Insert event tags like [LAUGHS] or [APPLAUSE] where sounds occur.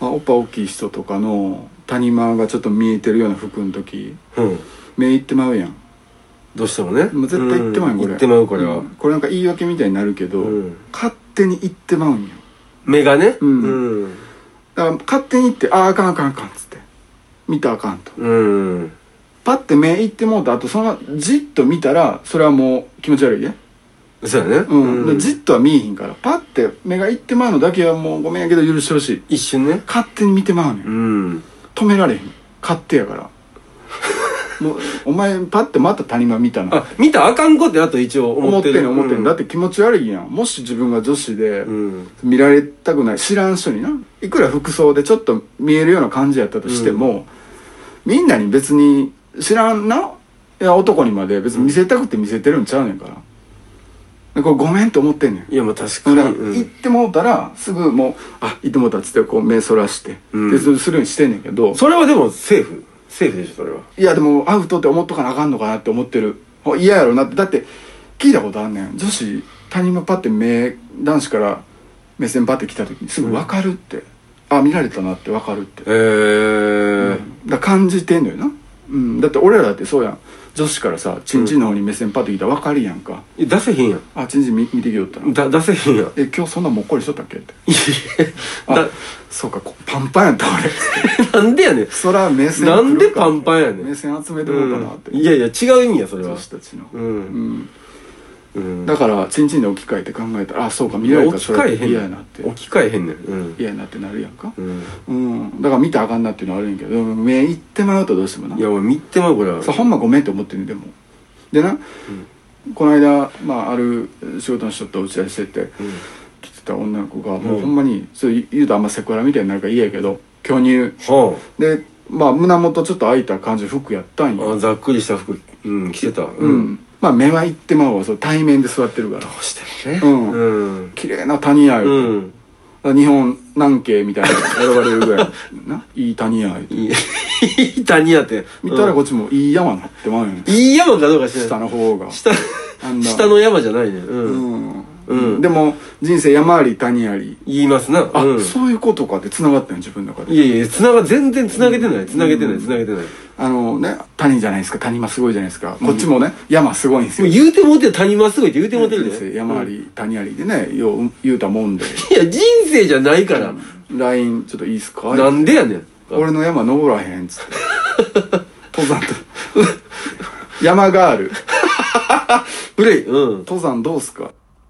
まあ、おっぱ大きい人とかの谷間がちょっと見えてるような服の時うん目いってまうやんどうしてもねもう絶対いってまうよこれいってまうこれは、うんこれなんか言い訳みたいになるけど、うん勝手にいってまうんよ目がねうんうんだから勝手に行って「あああかんあかんあかん」っつって見たらあかんとうんパッて目いってもうたあとそのじっと見たらそれはもう気持ち悪いねそうやねうん、でじっとは見えへんからパッて目がいってまうのだけはもうごめんやけど許してほしい一瞬ね勝手に見てまうのようん止められへん勝手やからもうお前パッてまた谷間見たなあ見たらあかんことやと一応思思っっててるん思ってん、だってて気持ち悪いやんもし自分が女子でうん見られたくない知らん人にないくら服装でちょっと見えるような感じやったとしても、みんなに別に知らんないや男にまで別に見せたくて見せてるんちゃうねんからでこれごめんと思ってんねんいやまあ確かだにからう行っんてもうたらすぐもう「あ行ってもうた」っつってこう目そらして、うんでそうするようにしてんねんけどそれはでもセーフセーフでしょそれはいやでもアウトって思っとかなあかんのかなって思ってるほ嫌やろなってだって聞いたことあんねん女子他人もパッて目男子から目線パッて来た時にすぐ分かるって、あ見られたなって分かるってえーだから感じてんのよな、うん、だって俺らだってそうやん女子からさチンチンの方に目線パッて来たら分かるやんか、いや出せへんやんあチンチン見見てきよったなだ出せへんやんいえ今日そんなもっこりしとったっけってやあそうかこパンパンやった俺だなんでやね [LAUGHS] んそら目線なんでパンパンやねん目線集めてもうたなって、うんいやいや違う意味やそれは女子たちのううんんうんだからチンチンで置き換えて考えたらあそうか見いらやれたら置きそれ換ってえへん嫌ねやんなって置き換えへんねんうん嫌やなってなるやんかうんうんだから見たらあかんなっていうのはあるんやけど目いってまうとどうしてもないやお前見てまうこれはそうほんまごめんって思ってんねんでもでな、この間、まあ、ある仕事の人と打ち合わせしててう来てた女の子がもううんほんまにそれ言うとあんまセクハラみたいになるから嫌やけど巨乳んはでまあ胸元ちょっと開いた感じの服やったんああよざっくりした服うん着てたううん、んまあ目はいってまうわそう対面で座ってるからどうしてもねうんうん綺麗な谷やよ、うん日本南京みたいなのが選ばれるぐら [LAUGHS] いないい谷や言うていい谷やって見たらこうっちもいい山になってまうよねんいい山かどうか知らん下の方が下あんな下の山じゃないねううんん、うんでも人生山あり谷あり言いますなあ、うんそういうことかって繋がったよ自分の中でいやいやつなが全然つなげてないつなげてなういんつなげてないあのね谷じゃないですか谷間すごいじゃないですか、こっちもね山すごいんですもうよ言うてもうてる谷間すごいって言うてもうてる人生で山あり谷ありでねよう言うたもんでいや人生じゃないから LINE ちょっといいっすかなんでやねん俺の山登らへんっつって登山と山ガール古いうん登山どうすか